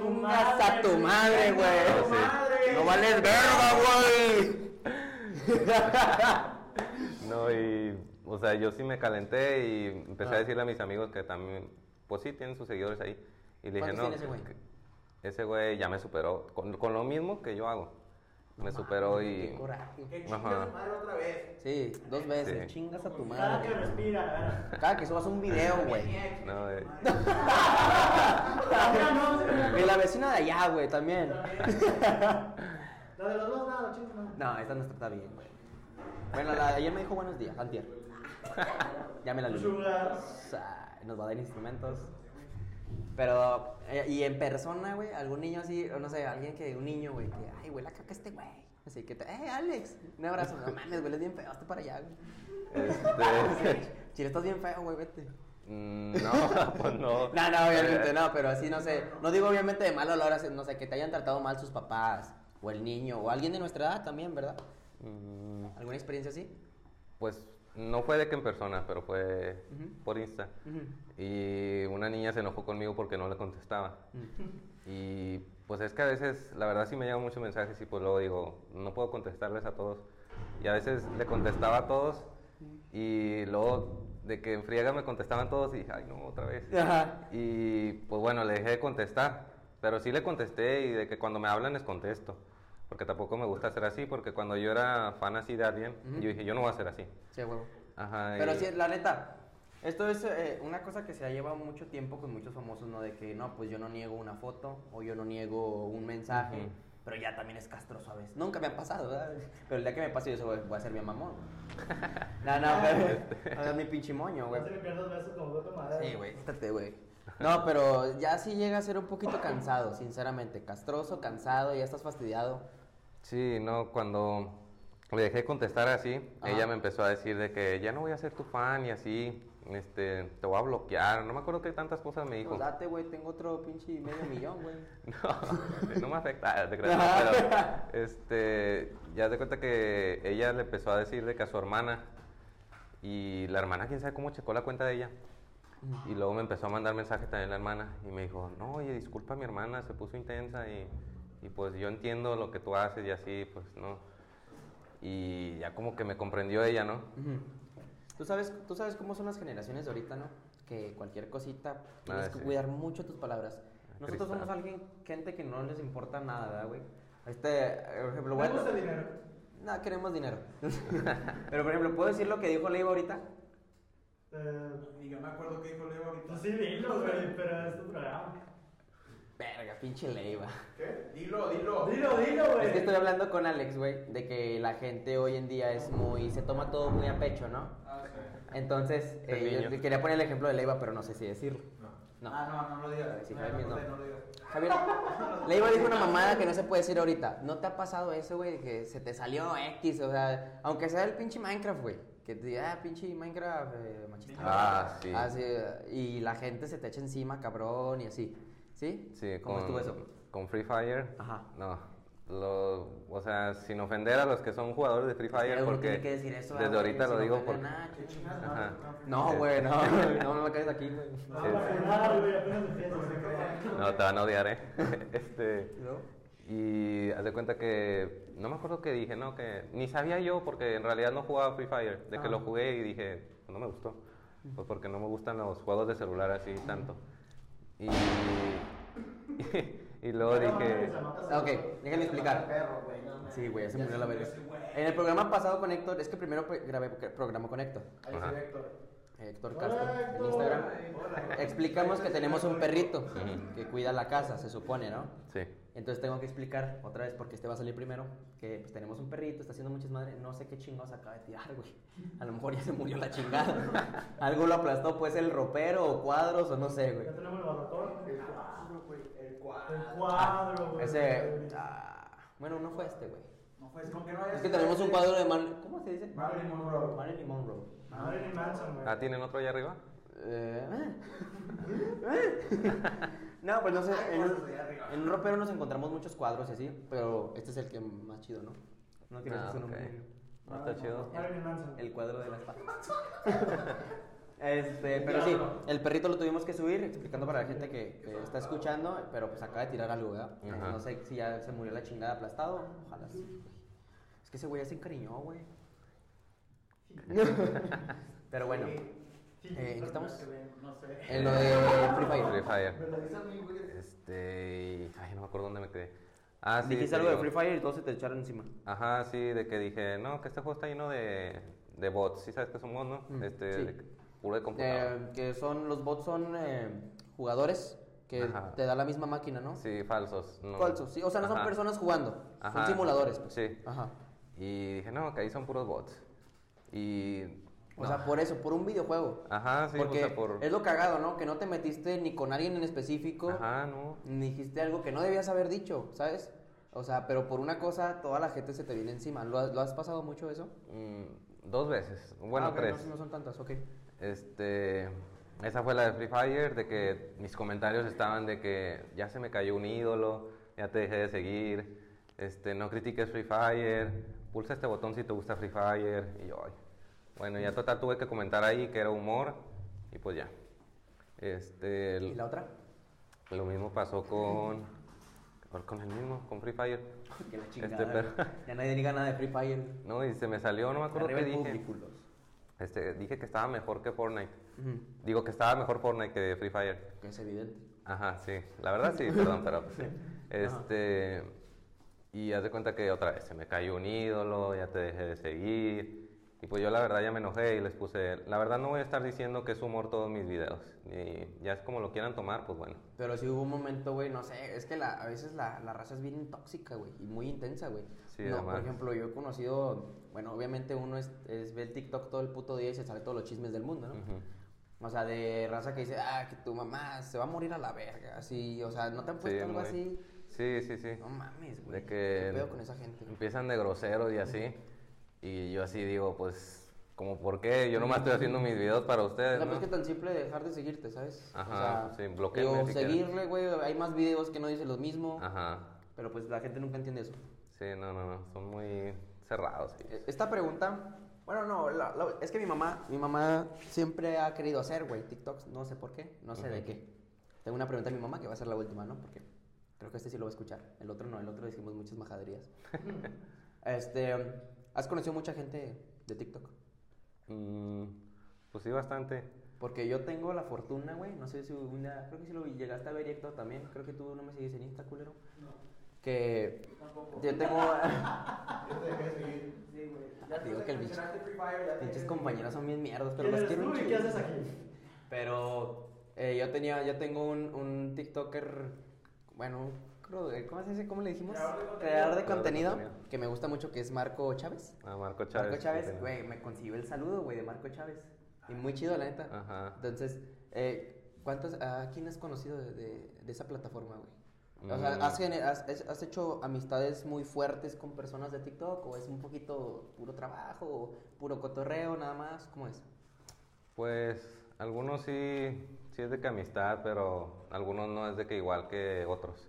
B: a tu madre,
D: Ah,
B: güey.
D: sí.
B: No vales verga, güey.
D: No, y, o sea, yo sí me calenté y empecé
B: Ah.
D: a decirle a mis amigos que también, pues sí, tienen sus seguidores ahí. Y le dije,
B: ¿Cuántos
D: no,
B: tiene ese güey?
D: que- ese güey ya me superó, con, con lo mismo que yo hago. Me superó
B: Qué
D: y...
B: coraje.
C: Que chinga su madre otra vez.
B: Sí, dos veces.
D: Sí.
B: Chingas a tu
C: Cada que
B: madre.
C: respira, la verdad.
B: Cada que subas un video, güey.
D: No, eh,
C: Ahora no, se
B: Y la vecina de allá, güey, también.
C: La de los dos lados, chinga su madre.
B: No, esta nos trata bien, güey. Bueno, la de ayer me dijo buenos días, antier. Ya me la
C: Tu
B: luz.
C: sugar.
B: Nos va a dar instrumentos. Pero, eh, y en persona, güey, algún niño así, o no sé, alguien que, un niño, güey, que, ay, güey, la caca este, güey. Así que, te, eh, Alex, un abrazo, no mames, güey, es bien feo, hazte para allá, güey.
D: Este,
B: Chile, estás bien feo, güey, vete.
D: mm, no, pues no.
B: No, no, obviamente
D: Eh,
B: no, pero así no sé. No digo obviamente de mal olor, así, no sé, que te hayan tratado mal sus papás, o el niño, o alguien de nuestra edad también, ¿verdad?
D: mm,
B: ¿Alguna experiencia así?
D: Pues no fue de que en persona, pero fue
B: Ujú.
D: por Insta. Y una niña se enojó conmigo porque no le contestaba. Y pues es que a veces, la verdad sí me llegan muchos mensajes y pues luego digo, no puedo contestarles a todos. Y a veces le contestaba a todos y luego de que en friega me contestaban todos y dije, ay no, otra vez.
B: Ajá.
D: Y pues bueno, le dejé de contestar. Pero sí le contesté y de que cuando me hablan les contesto. Porque tampoco me gusta ser así, porque cuando yo era fan así de alguien,
B: Ujú.
D: yo dije, yo no voy a ser así.
B: Sí, huevo.
D: Ajá.
B: Pero
D: y-
B: sí, la neta, esto es eh, una cosa que se ha llevado mucho tiempo con muchos famosos, ¿no? De que, no, pues yo no niego una foto o yo no niego un mensaje,
D: Ujú.
B: pero ya también es castroso a veces. Nunca me ha pasado, ¿verdad? Pero el día que me pase yo soy, voy a ser bien mamón. no, no, pero
D: este.
B: voy a ser mi pinche moño, güey.
C: No se me pierdas besos como voto madera.
B: Sí, güey, quítate, güey. No, pero ya sí llega a ser un poquito cansado, sinceramente. Castroso, cansado, ya estás fastidiado.
D: Sí, no, cuando le dejé contestar así,
B: Ajá.
D: ella me empezó a decir de que ya no voy a ser tu fan y así, este, te voy a bloquear, no me acuerdo qué tantas cosas me dijo.
B: Pues date, güey, tengo otro pinche medio millón, güey.
D: No, no me afecta, ah, te creas, no, pero este, ya te cuenta que ella le empezó a decir de que a su hermana y la hermana quién sabe cómo checó la cuenta de ella. Y luego me empezó a mandar mensajes también la hermana y me dijo, no, oye, disculpa mi hermana, se puso intensa y, y pues yo entiendo lo que tú haces y así, pues no. Y ya como que me comprendió ella, ¿no?
B: Ujú. ¿Tú sabes, tú sabes cómo son las generaciones de ahorita, ¿no? Que cualquier cosita tienes que
D: Ah, sí. Ah,
B: cuidar mucho tus palabras. Nosotros
D: Cristal.
B: somos alguien, gente que no les importa nada, ¿verdad, güey? Este, por ejemplo,
C: Me
B: bueno,
C: gusta el dinero.
B: no, queremos dinero. Pero, por ejemplo, ¿puedo decir lo que dijo Leiva ahorita?
C: Eh,
E: Ni yo me acuerdo qué dijo Leo ahorita.
C: pues sí, dilo, güey, pero es tu programa.
B: Verga, pinche Leiva.
E: ¿Qué? Dilo, dilo.
C: Dilo, dilo, güey.
B: Es que estoy hablando con Alex, güey, de que la gente hoy en día es muy, se toma todo muy a pecho, ¿no?
E: Ah, sí.
B: Entonces,
D: El
B: eh, yo
D: niño.
B: quería poner el ejemplo de Leiva, pero no sé si decirlo. No.
E: Ah, no, no lo digas.
B: Sí,
E: no,
B: Jaime,
E: no,
B: no.
E: no lo digas.
B: Javier, le iba a decir una mamada que no se puede decir ahorita. ¿No te ha pasado eso, güey? Que se te salió X, o sea, aunque sea el pinche Minecraft, güey. Que te diga, ah, pinche Minecraft eh, machista.
D: Ah, sí.
B: Ah, sí, Y la gente se te echa encima, cabrón, y así. ¿Sí?
D: Sí,
B: ¿Cómo
D: con,
B: estuvo eso?
D: con Free Fire.
B: Ajá.
D: No. lo- o sea, sin ofender a los que son jugadores de Free
B: Es que
D: Fire,
B: uno
D: porque
B: tiene que decir eso,
D: desde
B: güey,
D: ahorita
B: si
D: lo
B: no
D: digo
B: vale
D: porque.
B: nada,
E: Qué
B: chingada.
E: chingas,
D: Ajá.
B: No, güey, no, no, no me caes aquí, güey.
C: No,
D: Sí.
C: Ah, para nada, güey, apenas empiezas.
D: No, te van a odiar, ¿eh? este.
B: ¿No?
D: Y haz de cuenta que. No me acuerdo qué dije, ¿no? Que ni sabía yo, porque en realidad no jugaba Free Fire. De que
B: Ah.
D: lo jugué y dije, no me gustó. Pues porque no me gustan los juegos de celular así tanto. Y. y luego dije.
B: Ok, déjenme explicar.
E: Perro, güey, no, no.
B: Sí, güey, ya se murió
E: Ya
B: la
E: se
B: verga.
E: ese güey.
B: En el programa pasado con Héctor, es que primero pre- grabé pro- programa con Héctor.
E: Ahí se
D: Ajá.
E: ve Héctor.
B: Héctor
C: Hola,
B: Castro, en
C: Héctor.
B: Instagram.
E: Hola.
B: Explicamos que tenemos un perrito
D: Ujú.
B: que cuida la casa, se supone, ¿no?
D: Sí.
B: Entonces tengo que explicar otra vez, porque este va a salir primero, que pues tenemos un perrito, está haciendo muchas madres, no sé qué chingados acaba de tirar, güey. A lo mejor ya se murió la chingada. Algo lo aplastó, pues el ropero o cuadros o no sé, güey.
C: Ya tenemos el barracón.
E: El cuadro, güey. El
C: El
E: cuadro.
C: cuadro, güey.
B: Ese... ah, bueno, no fue este, güey.
E: No fue ¿Con qué no
B: Es que tenemos un cuadro de Mar... ¿Cómo se dice?
E: Marilyn Monroe.
B: Marilyn Monroe.
C: Marilyn Manson, güey.
D: Ah, ¿tienen otro allá arriba?
B: Eh, no, pues no sé. En, un- en un ropero nos encontramos muchos cuadros y así, pero este es el que más chido, ¿no? No tienes
D: Ah,
B: ese nombre.
D: ok. No
E: Ah,
D: está chido.
C: Marilyn Manson.
B: El cuadro de las patas. este, pero sí, el perrito lo tuvimos que subir, explicando para la gente que, que está escuchando, pero pues acaba de tirar algo, ¿verdad?
D: Ajá.
B: No sé si ya se murió la chingada aplastado. Ojalá sí, güey. Es que ese güey ya se encariñó, güey. pero bueno.
C: Sí,
B: Eh, ¿en qué estamos?
C: que ven, No sé.
B: En lo de Free Fire.
D: Free Fire.
E: Me lo dice a mí, güey.
D: Este. Ay, no me acuerdo dónde me quedé. Ah, sí.
B: Dijiste
D: te
B: algo de
D: digo.
B: Free Fire y todos se te echaron encima.
D: Ajá, sí, de que dije, no, que este juego está lleno de, de bots. Sí, sabes que son bots, ¿no?
B: Mm,
D: este,
B: sí.
D: de- puro de computadora.
B: Eh, que son, los bots son eh, jugadores que
D: Ajá.
B: te da la misma máquina, ¿no?
D: Sí, falsos. no.
B: Falsos, sí. O sea, no son
D: Ajá.
B: personas jugando,
D: Ajá.
B: son simuladores. pues.
D: Sí.
B: Ajá.
D: Y dije, no, que ahí son puros bots. Y
B: O sea, por eso, por un videojuego.
D: Ajá, sí,
B: Porque
D: o sea, por...
B: es lo cagado, ¿no? Que no te metiste ni con alguien en específico,
D: Ajá, no.
B: ni dijiste algo que no debías haber dicho, ¿sabes? O sea, pero por una cosa toda la gente se te viene encima. ¿Lo has, lo has pasado mucho eso?
D: Mm, dos veces, bueno,
B: Ah, ok, no,
D: tres.
B: No, son tantas, ok.
D: Este, esa fue la de Free Fire, de que mis comentarios estaban de que ya se me cayó un ídolo, ya te dejé de seguir, este, no critiques Free Fire, pulsa este botón si te gusta Free Fire, y yo, ay. Bueno, ya total tuve que comentar ahí que era humor, y pues ya. Este,
B: ¿Y la otra?
D: lo mismo pasó con, con- con el mismo, con Free Fire.
B: Que la
D: chingada, Este perro. güey.
B: Ya nadie diga nada de Free Fire.
D: No, y se me salió, no me acuerdo qué dije.
B: culos.
D: Este, dije que estaba mejor que Fortnite. Digo que estaba mejor Fortnite que Free Fire.
B: Que es evidente.
D: Ajá, sí. La verdad sí, perdón, pero pues, sí. Este, y haz de cuenta que otra vez se me cayó un ídolo, ya te dejé de seguir. Y pues yo la verdad ya me enojé y les puse, la verdad no voy a estar diciendo que es humor todos mis videos. Y ya es como lo quieran tomar, pues bueno.
B: Pero sí hubo un momento, güey, no sé, es que la, a veces la, la raza es bien tóxica, güey, y muy intensa, güey.
D: Sí,
B: no, por
D: además.
B: ejemplo, yo he conocido, bueno, obviamente uno es, es- ve el TikTok todo el puto día y se sabe todos los chismes del mundo, ¿no?
D: Ujú.
B: O sea, de raza que dice, ah, que tu mamá se va a morir a la verga, así, o sea, ¿no te han puesto algo
D: muy-
B: así?
D: Sí, sí, sí.
B: No mames, güey.
D: De que
B: ¿Qué pedo con esa gente? güey?
D: empiezan de groseros y así. Y yo así digo, pues, como por qué, yo nomás estoy haciendo mis videos para ustedes.
B: No,
D: ¿no?
B: pues que tan simple de dejar de seguirte, ¿sabes?
D: Ajá, sí, bloquearme
B: digo,
D: si quieres.
B: seguirle, güey, hay más videos que no dicen lo mismo,
D: Ajá.
B: pero pues la gente nunca entiende eso.
D: Sí, no, no, no, son muy cerrados. sí.
B: Eh, Esta pregunta, bueno, no, la- la- es que mi mamá, mi mamá siempre ha querido hacer, güey, TikToks, no sé por qué, no sé de qué. Tengo una pregunta a mi mamá que va a ser la última, ¿no? Porque creo que este sí lo va a escuchar, el otro no, el otro decimos muchas majaderías. este, ¿has conocido mucha gente de TikTok?
D: Mm, pues sí, bastante.
B: Porque yo tengo la fortuna, güey, no sé si un día, creo que sí lo vi, llegaste a ver Héctor también, creo que tú no me sigues en Insta, culero.
E: No.
B: Que
E: Tampoco.
B: yo tengo...
E: Yo te dejé de seguir.
C: Sí, güey. Ya
B: Digo
C: te
B: que el bicho-
E: mencionaste Free Fire, ya te
B: Pinches
E: dejé de
B: compañeros
E: seguir.
B: son bien mierdas, pero
C: ¿Quién
B: los
C: eres
B: quiero
C: tú
B: un
C: y
B: chingo.
C: qué haces aquí?
B: Pero eh, yo tenía, yo tengo un, un TikToker, bueno, creo- eh, ¿cómo se dice? ¿Cómo le dijimos?
E: Creador de contenido.
B: Creador de
D: Creador de
B: contenido,
D: contenido.
B: que me gusta mucho, que es Marco Chávez.
D: Ah, Marco Chávez.
B: Marco
D: sí,
B: Chávez,
D: sí.
B: güey, me consiguió el saludo, güey, de Marco Chávez. Y muy chido, la neta.
D: Ajá.
B: Entonces, eh, ¿cuántos, ¿a quién has conocido de, de- de esa plataforma, güey? O sea,
D: Mm.
B: ¿has, gener- has- es- has hecho amistades muy fuertes con personas de TikTok? ¿O es un poquito puro trabajo? o ¿Puro cotorreo nada más? ¿Cómo es?
D: Pues algunos sí, sí es de que amistad, pero algunos no es de que igual que otros.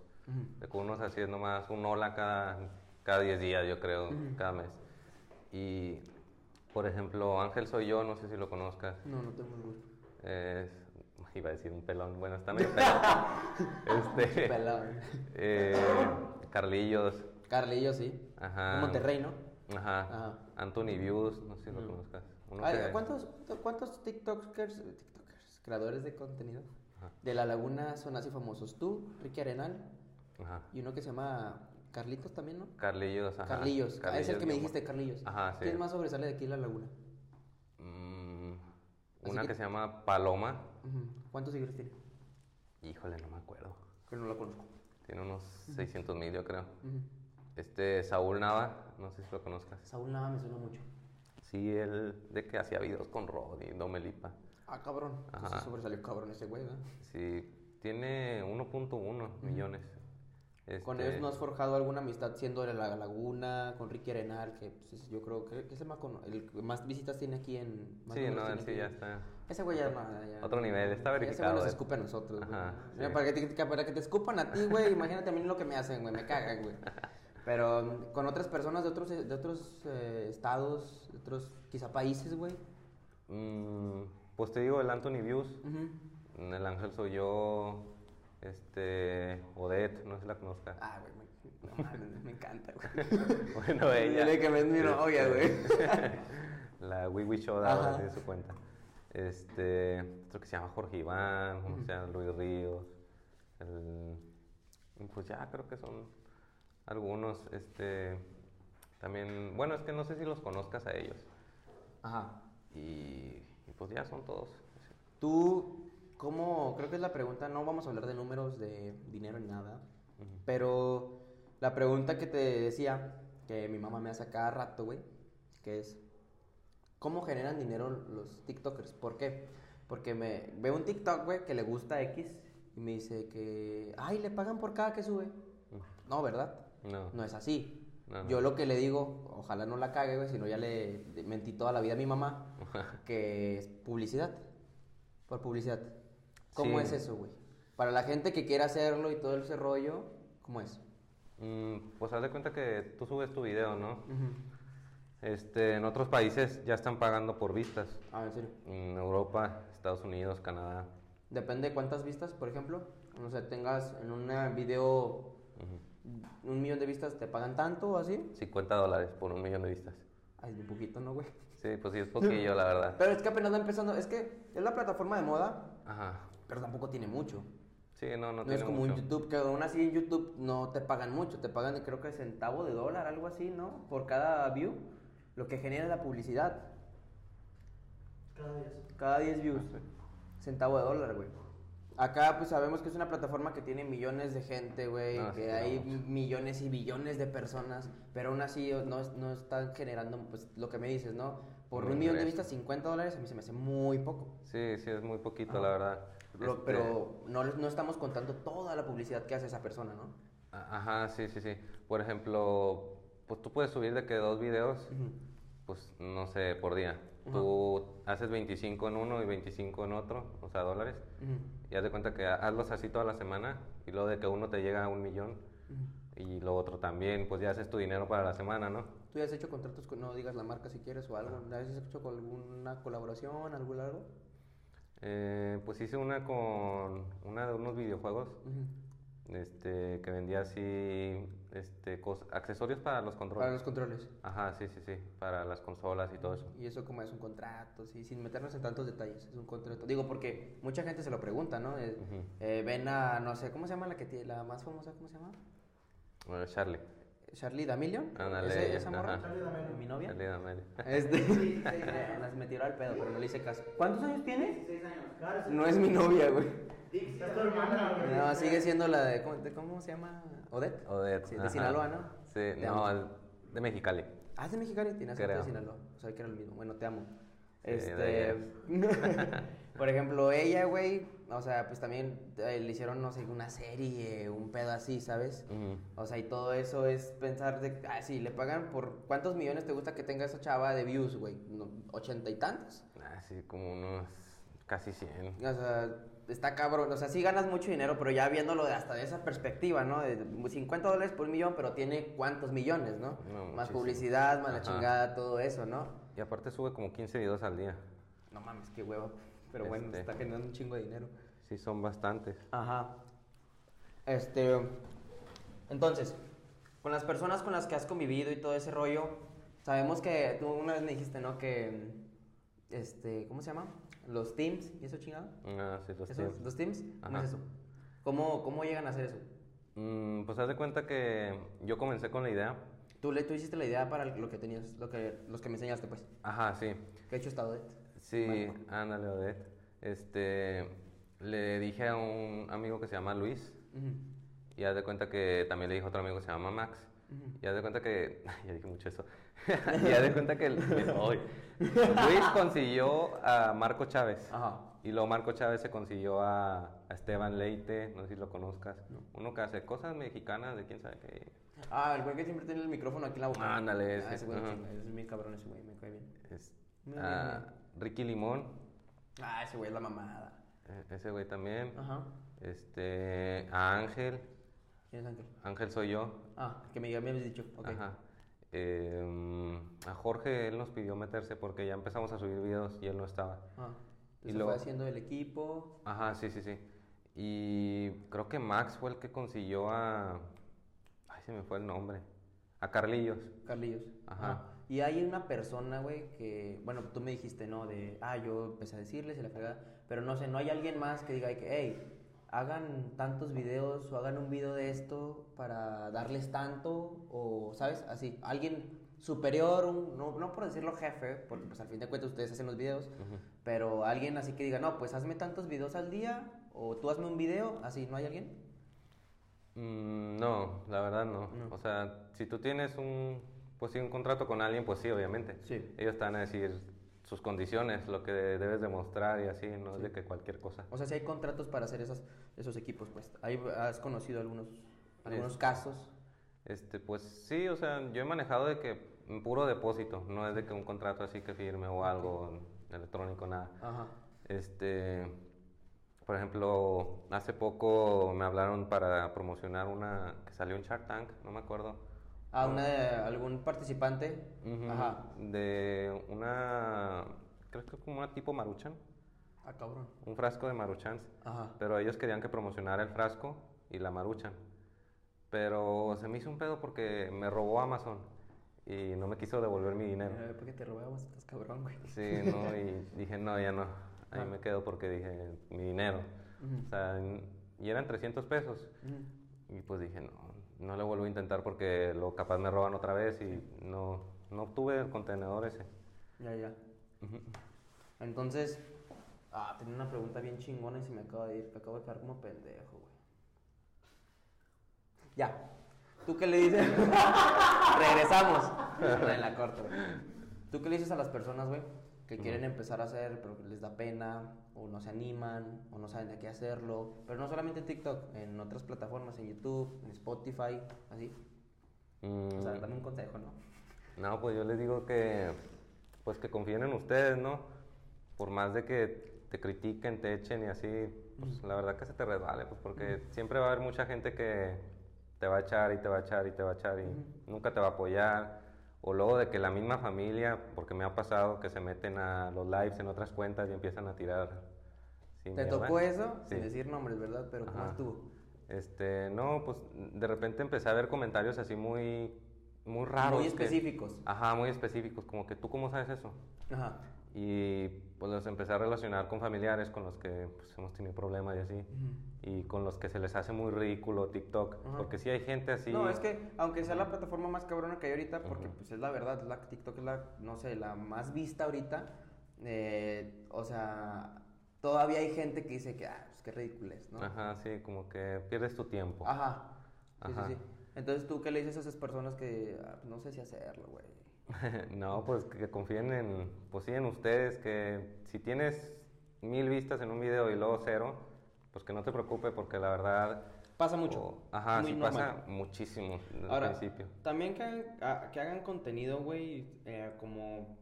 D: De que unos así es nomás un hola cada, cada 10 días, yo creo, cada mes. Y, por ejemplo, Ángel soy yo, no sé si lo conozcas.
B: No, no tengo el gusto.
D: Es, iba a decir un pelón, bueno, está medio pelón. este,
B: Pelado.
D: eh, Carlillos,
B: Carlillo, sí.
D: ajá.
B: De Monterrey, ¿no?
D: Ajá.
B: Ajá.
D: Anthony Views, no sé si lo conozcas. Ah. Uno
B: Ay,
D: que-
B: ¿Cuántos, ¿Cuántos TikTokers, TikTokers, creadores de contenido
D: Ajá.
B: de La Laguna son así famosos? Tú, Ricky Arenal
D: Ajá.
B: y uno que se llama Carlitos también, ¿no?
D: Carlillos, ajá.
B: Carlillos. Ah, es el que me
D: Guillermo.
B: dijiste, Carlillos.
D: Ajá, Ah, sí.
B: ¿Quién más sobresale de aquí en La Laguna?
D: Mm,
B: Así
D: una
B: que-
D: que... se llama Paloma.
B: Ujú. ¿Cuántos seguidores tiene?
D: Híjole, no me acuerdo.
B: Que no la conozco.
D: Tiene unos 600 mil, yo creo.
B: Ujú.
D: Este, Saúl Nava, no sé si lo conozcas.
B: Saúl Nava me suena mucho.
D: Sí, él de que hacía videos con Rod y Domelipa.
B: Ah, cabrón. Entonces
D: Ajá.
B: sobresalió cabrón ese güey, ¿verdad?
D: Sí, tiene 1.1 millones.
B: Con
D: Este,
B: ellos no has forjado alguna amistad siendo de la Laguna, con Ricky Arenal, que pues, es- yo creo que que es el más, cono- el que más visitas tiene aquí en... más
D: Sí,
B: números
D: no,
B: tiene
D: él sí
B: aquí.
D: ya está.
B: Ese güey ya, no, ya-
D: otro nivel,
B: Ese
D: está
B: güey
D: verificado,
B: nos
D: eh.
B: escupe a nosotros, güey.
D: Ajá,
B: Mira,
D: sí.
B: para, que te, para que te escupan a ti, güey, imagínate a mí lo que me hacen, güey, me cagan, güey. Pero mm, con otras personas de otros, de otros eh, estados, de otros quizá países, güey.
D: Mm, pues te digo, el Anthony Views,
B: Ujú.
D: el Ángel soy yo, este, Odette, no sé si la conozca.
B: Ah, güey, me, no mames, me encanta, güey.
D: Bueno, ella. Este,
B: Dile que me es mi novia, güey.
D: La Wiwi
B: Ajá.
D: Shoda tiene su cuenta. Este, otro que se llama Jorge Iván, uno que se llama Luis Ríos. el- y pues ya creo que son algunos. Este, también, bueno, es que no sé si los conozcas a ellos.
B: Ajá.
D: Y, y pues ya son todos.
B: Tú, ¿cómo? Creo que es la pregunta, no vamos a hablar de números, de dinero ni nada, pero la pregunta que te decía, que mi mamá me hace a cada rato, güey, que es, cómo generan dinero los TikTokers. ¿Por qué? Porque me veo un TikTok, güey, que le gusta X y me dice que, ay, le pagan por cada que sube. No, ¿verdad?
D: No.
B: No es así.
D: No, no.
B: Yo lo que le digo, ojalá no la cague, güey, si no ya le mentí toda la vida a mi mamá, que es publicidad. Por publicidad. ¿Cómo
D: Sí.
B: es eso, güey? Para la gente que quiera hacerlo y todo ese rollo, ¿cómo es?
D: Mm, pues haz de cuenta que tú subes tu video, ¿no? Este, en otros países ya están pagando por vistas.
B: Ah, en serio.
D: En Europa, Estados Unidos, Canadá.
B: Depende de cuántas vistas, por ejemplo. No sé, tengas en un video un millón de vistas, ¿te pagan tanto o así?
D: 50 dólares por un millón de vistas.
B: Ay, un poquito, ¿no, güey?
D: Sí, pues sí, es poquillo, la verdad.
B: Pero es que apenas va empezando. Es que es la plataforma de moda,
D: Ajá.
B: pero tampoco tiene mucho.
D: Sí, no, no,
B: No,
D: tiene
B: es como
D: mucho.
B: en YouTube, que aún así en YouTube no te pagan mucho. Te pagan, creo que centavo de dólar, algo así, ¿no? Por cada view. Lo que genera la publicidad.
C: Cada día. es-
B: Cada 10 views.
D: Ah,
B: Centavo de dólar, güey. Acá pues sabemos que es una plataforma que tiene millones de gente, güey,
D: Ah,
B: que
D: sí,
B: hay
D: mucho.
B: millones y billones de personas, pero aún así oh, no, es- no están generando pues lo que me dices, ¿no? Por
D: Un
B: un millón de
D: ingreso.
B: vistas, 50 dólares a mí se me hace muy poco.
D: Sí, sí, es muy poquito, la verdad.
B: Lo-
D: Este,
B: Pero no, no estamos contando toda la publicidad que hace esa persona, ¿no?
D: a- Ajá, sí, sí, sí. Por ejemplo, pues tú puedes subir de que dos videos, pues no sé, por día. Tú haces 25 en uno y 25 en otro, o sea, dólares. Y haz de cuenta que ha- hazlos así toda la semana y luego de que uno te llega a un millón y lo otro también, pues ya haces tu dinero para la semana, ¿no?
B: ¿Tú ya has hecho contratos con, no digas la marca si quieres o algo? ¿Has hecho con alguna colaboración, algo largo?
D: Eh, pues hice una con una de unos videojuegos este, que vendía así este, cos- accesorios para los
B: Para
D: controles.
B: los controles.
D: Ajá, sí, sí, sí, para las consolas y todo eso.
B: Y eso como es un contrato, sí, sin meternos en tantos detalles, es un contrato. Digo, porque mucha gente se lo pregunta, ¿no? Eh, eh, ven a, no sé, ¿cómo se llama la que tiene, la más famosa, cómo se llama?
D: Bueno, Charlie.
B: Charlie D'Amelio.
D: Ándale,
B: ¿Ese- ¿Esa
D: ajá.
B: morra?
C: Charli D'Amelio.
B: Mi novia.
D: Charlie D'Amelio.
B: Este, las me tiró al pedo, pero no le hice caso. ¿Cuántos años tienes?
E: 16 años.
C: Claro, sí.
B: No es mi novia, güey.
E: Dix,
C: Es tu hermana, güey. Ah,
B: No, sigue siendo la de, ¿cómo, de- cómo se llama? ¿Odette?
D: Odette,
B: Sí, de
D: ajá.
B: Sinaloa, ¿no?
D: Sí,
B: Te
D: no,
B: amo.
D: el- de Mexicali.
B: Ah, es de Mexicali, tiene acento de
D: Creo.
B: Sinaloa. O sea, que era el mismo. Bueno, te amo.
D: Sí,
B: este.
D: de
B: por ejemplo, ella, güey. O sea, pues también eh, le hicieron, no sé, una serie, un pedo así, ¿sabes?
D: Ujú.
B: O sea, y todo eso es pensar de. Ah, sí, le pagan por. ¿Cuántos millones te gusta que tenga esa chava de views, güey? No, ¿Ochenta y tantos?
D: Así Ah, como unos casi 100.
B: O sea, está cabrón. O sea, sí ganas mucho dinero, pero ya viéndolo de- hasta de esa perspectiva, ¿no? De 50 dólares por millón, pero tiene cuántos millones, ¿no?
D: No,
B: más
D: muchísimo.
B: publicidad, más la
D: Ajá.
B: chingada, todo eso, ¿no?
D: Y aparte sube como 15 videos al día.
B: No mames, qué huevo. Pero bueno,
D: Este.
B: está generando un chingo de dinero.
D: Sí, son bastantes.
B: Ajá. Este. Entonces, con las personas con las que has convivido y todo ese rollo, sabemos que tú una vez me dijiste, ¿no? Que. Este. ¿Cómo se llama? Los teams y eso chingado.
D: Ah, sí, los
B: ¿Esos,
D: tiempos.
B: ¿Los teams? ¿Cómo
D: Ajá.
B: es eso? ¿Cómo, ¿Cómo llegan a hacer eso?
D: Mm, pues haz de cuenta que yo comencé con la idea.
B: Tú, le, tú hiciste la idea para lo que tenías, lo que, los que me enseñaste, pues.
D: Ajá, sí.
B: Que he hecho estado de.
D: Sí, ándale, Odette. Este, le dije a un amigo que se llama Luis. Y haz de cuenta que también le dijo a otro amigo que se llama Max. Y haz de cuenta que. Ya dije mucho eso. y haz de cuenta que. el- Ay. Luis consiguió a Marco Chávez.
B: Ajá.
D: Y luego Marco Chávez se consiguió a, a Esteban Leite. No sé si lo conozcas. Uno que hace cosas mexicanas de quién sabe qué.
B: Ah, el güey que siempre tiene el micrófono aquí en la boca.
D: Ándale,
B: Ah,
D: ese,
B: ese güey
D: ajá.
B: chinga, es mi cabrón, ese güey, me cae bien.
D: Es-
B: Muy bien,
D: ah, Ricky Limón.
B: Ah, ese güey es la mamada.
D: eh, Ese güey también.
B: Ajá.
D: Este, a Ángel,
B: ¿Quién es Ángel?
D: Ángel soy yo.
B: Ah, que me, ya me habías dicho. Ok.
D: Ajá. Eh, a Jorge él nos pidió meterse porque ya empezamos a subir videos y él no estaba.
B: Ah,
D: Y
B: entonces
D: luego-
B: fue haciendo el equipo.
D: Ajá, sí, sí, sí. Y creo que Max fue el que consiguió a... Ay, se me fue el nombre. A Carlillos.
B: Carlillos.
D: Ajá.
B: Y hay una persona, güey, que, bueno, tú me dijiste, ¿no? De, ah, yo empecé a decirles y la fregada. Pero no sé, no hay alguien más que diga, de que, hey, hagan tantos videos o hagan un video de esto para darles tanto o, ¿sabes? Así, alguien superior, un- no, no por decirlo jefe, porque pues al fin de cuentas ustedes hacen los videos, pero alguien así que diga, no, pues hazme tantos videos al día o tú hazme un video, así, ¿no hay alguien?
D: Mm, no, la verdad no. O sea, si tú tienes un, pues sí, un contrato con alguien, pues sí, obviamente.
B: Sí.
D: Ellos te van a decir, sus condiciones, lo que debes demostrar y así, no es de que cualquier cosa.
B: O sea, si hay contratos para hacer esas, esos equipos, pues. Ahí has conocido algunos, algunos
D: Es-
B: casos.
D: Este, pues sí, o sea, yo he manejado de que un puro depósito, no es de que un contrato así que firme o algo electrónico, nada.
B: Ajá.
D: Este, por ejemplo, hace poco me hablaron para promocionar una que salió un Shark Tank, no me acuerdo.
B: A una de- algún participante.
D: Ujú,
B: Ajá.
D: De una, creo que como una tipo Maruchan,
B: Ah, cabrón.
D: un frasco de Maruchans.
B: Ajá.
D: Pero ellos querían que promocionara el frasco y la maruchan. Pero se me hizo un pedo porque me robó Amazon y no me quiso devolver mi dinero.
B: Eh, ¿Por qué te robamos? Estás cabrón, güey.
D: Sí, no, y dije, no, ya no. Ahí
B: Ah.
D: me quedo porque dije, mi dinero.
B: Ujú.
D: O sea, n- y eran 300 pesos.
B: Ujú.
D: Y pues dije, no, no lo vuelvo a intentar porque luego capaz me roban otra vez y no, no obtuve el contenedor ese.
B: Ya, ya. Entonces, ah, tenía una pregunta bien chingona y se me acaba de ir. Me acabo de quedar como pendejo, güey. Ya. ¿Tú qué le dices? Regresamos. Me la corto. güey. ¿Tú qué le dices a las personas, güey? Que quieren empezar a hacer, pero que les da pena, o no se animan, o no saben de qué hacerlo. Pero no solamente en TikTok, en otras plataformas, en YouTube, en Spotify, así. O sea,
D: Mm,
B: dame un consejo, ¿no?
D: No, pues yo les digo que pues que confíen en ustedes, ¿no? Por más de que te critiquen, te echen y así, pues la verdad que se te resbale, pues porque siempre va a haber mucha gente que te va a echar y te va a echar y te va a echar y nunca te va a apoyar. O luego de que la misma familia, porque me ha pasado que se meten a los lives en otras cuentas y empiezan a tirar. sin
B: ¿Te
D: mierda.
B: tocó eso? Sin
D: Sí.
B: decir nombres, ¿verdad? Pero ¿cómo
D: Ajá.
B: estuvo?
D: Este, no, pues de repente empecé a ver comentarios así muy, muy raros.
B: Muy
D: que-
B: específicos.
D: ajá, muy específicos, como que tú cómo sabes eso.
B: Ajá.
D: Y pues los empecé a relacionar con familiares con los que pues, hemos tenido problemas y así. Y con los que se les hace muy ridículo TikTok.
B: Ajá.
D: Porque sí hay gente así.
B: No, es que aunque sea la plataforma más cabrona que hay ahorita, porque pues es la verdad, la TikTok es la, no sé, la más vista ahorita, eh, o sea, todavía hay gente que dice que, ah, pues qué ridiculez, ¿no? Ah.
D: Ajá, sí, como que pierdes tu tiempo.
B: Ajá. Sí,
D: Ajá.
B: sí, sí. Entonces, ¿tú qué le dices a esas personas que ah, pues, no sé si hacerlo, güey?
D: no, pues que confíen en, pues sí, en ustedes, que si tienes mil vistas en un video y luego cero, pues que no te preocupes porque la verdad...
B: Pasa mucho.
D: o- ajá,
B: Muy
D: sí
B: normal.
D: pasa muchísimo al
B: Ahora,
D: principio.
B: también que hagan, a- que hagan contenido, güey, eh, como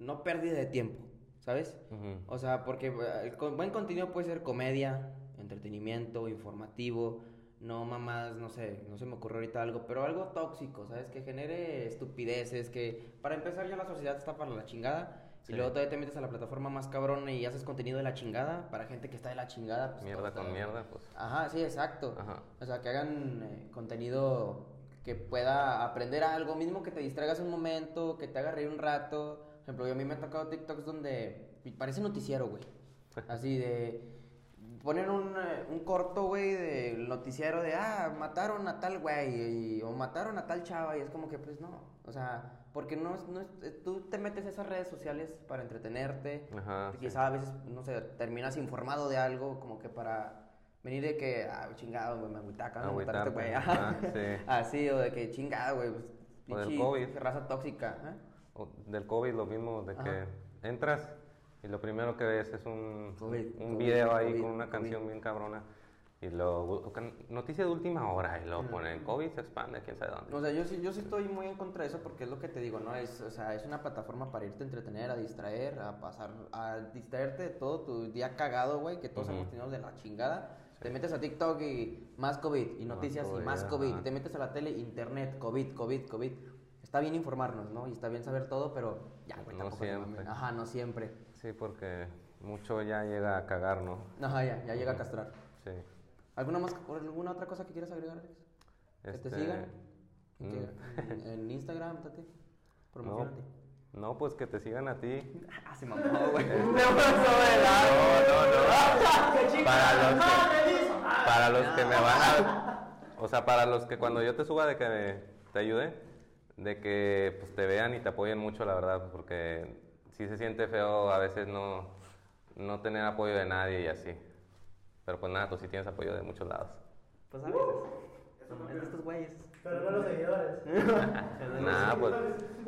B: no pérdida de tiempo, ¿sabes?
D: Ujú.
B: O sea, porque eh, el con- buen contenido puede ser comedia, entretenimiento, informativo, no mamás, no sé, no se me ocurre ahorita algo, pero algo tóxico, ¿sabes? Que genere estupideces, que para empezar ya la sociedad está para la chingada.
D: Sí.
B: Y luego todavía te metes a la plataforma más cabrona y haces contenido de la chingada para gente que está de la chingada. pues, todo
D: Mierda
B: está-
D: con mierda, pues...
B: Ajá, sí, exacto.
D: Ajá.
B: O sea, que hagan eh, contenido que pueda aprender algo, mismo que te distraigas un momento, que te haga reír un rato. Por ejemplo, yo a mí me ha tocado TikToks donde parece noticiero, güey. Así de poner un, eh, un corto, güey, del noticiero de, ah, mataron a tal güey, y- o mataron a tal chava, y es como que, pues no. O sea, porque no, es- no es- eh, tú te metes a esas redes sociales para entretenerte,
D: Ajá, Ah, sí.
B: quizá a veces, no sé, terminas informado de algo como que para venir de que, ah, chingado, güey, me agüita, acá, me mataron a este güey, ajá.
D: Agüitaste,
B: Así, o de que chingado, güey, pues,
D: Ah, O del
B: pinche
D: COVID.
B: raza tóxica, ¿eh?
D: O del COVID lo mismo, de
B: Ajá.
D: que entras y lo primero que ves es un,
B: COVID,
D: un
B: COVID,
D: video ahí
B: COVID,
D: con una
B: COVID.
D: canción bien cabrona y lo buscan, noticia de última hora y
B: Mm.
D: lo ponen, COVID se expande, quién sabe dónde.
B: O sea, yo sí, yo sí estoy muy en contra de eso porque es lo que te digo, ¿no? Es, o sea, es una plataforma para irte a entretener, a distraer, a pasar, a distraerte de todo tu día cagado, güey, que todos
D: Ujú.
B: hemos tenido de la chingada. Te metes a TikTok y más COVID, y noticias y
D: COVID,
B: más COVID,
D: ajá.
B: y te metes a la tele, internet, COVID, COVID, COVID. Está bien informarnos, ¿no? Y está bien saber todo, pero ya, güey,
D: No
B: tampoco te mames.
D: siempre.
B: Ajá, no siempre.
D: Sí, porque mucho ya llega a cagar, ¿no?
B: Ajá, ya, ya llega a castrar.
D: Sí.
B: ¿Alguna, más, alguna otra cosa que quieras agregar, Alex? Que te
D: Este,
B: sigan.
D: mm.
B: Que- en- en Instagram, tate.
D: No,
B: Promocionate.
D: no, pues que te sigan a ti.
B: Ah, se mamó, güey.
D: Para los que-
C: ¡Ah,
D: Para los que me van a... O sea, para los que cuando yo te suba de que te ayude, de que pues, te vean y te apoyen mucho, la verdad, porque sí se siente feo a veces no, no tener apoyo de nadie y así. Pero pues nada, tú sí tienes apoyo de muchos lados.
B: Pues a veces. Son estos güeyes.
C: Pero no los seguidores.
D: Nah, pues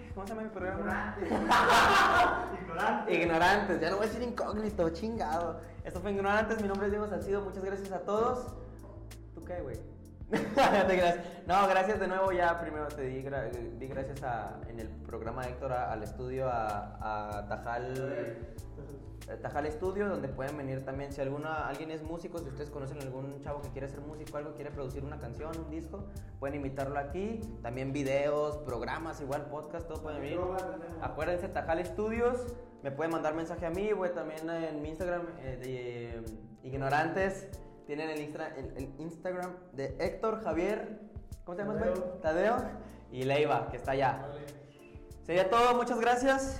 B: ¿Cómo se llama mi programa?
C: Ignorante.
B: Ignorantes, ya lo voy a decir incógnito, chingado. Esto fue Ignorantes, mi nombre es Diego Salcido, muchas gracias a todos. ¿Tú qué, güey? No te creas. no, gracias de nuevo, ya primero te di, gra- di gracias a, en el programa de Héctor a- al estudio, a, a Tajal... eh, Tajal Estudio, donde pueden venir también. Si alguna, alguien es músico, si ustedes conocen algún chavo que quiere ser músico, algo, quiere producir una canción, un disco, pueden invitarlo aquí. También videos, programas, igual podcast, todo pueden venir. Acuérdense, Tajal Estudios. Me pueden mandar mensaje a mí, güey, también en mi Instagram eh, de eh, Ignorantes. Tienen el, instra- el- el Instagram de Héctor Javier. ¿Cómo te llamas, güey?
C: Tadeo.
B: Tadeo. Y Leiva, que está allá. Sería todo, muchas gracias.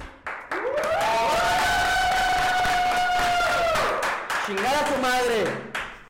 B: ¡Chingar a tu madre!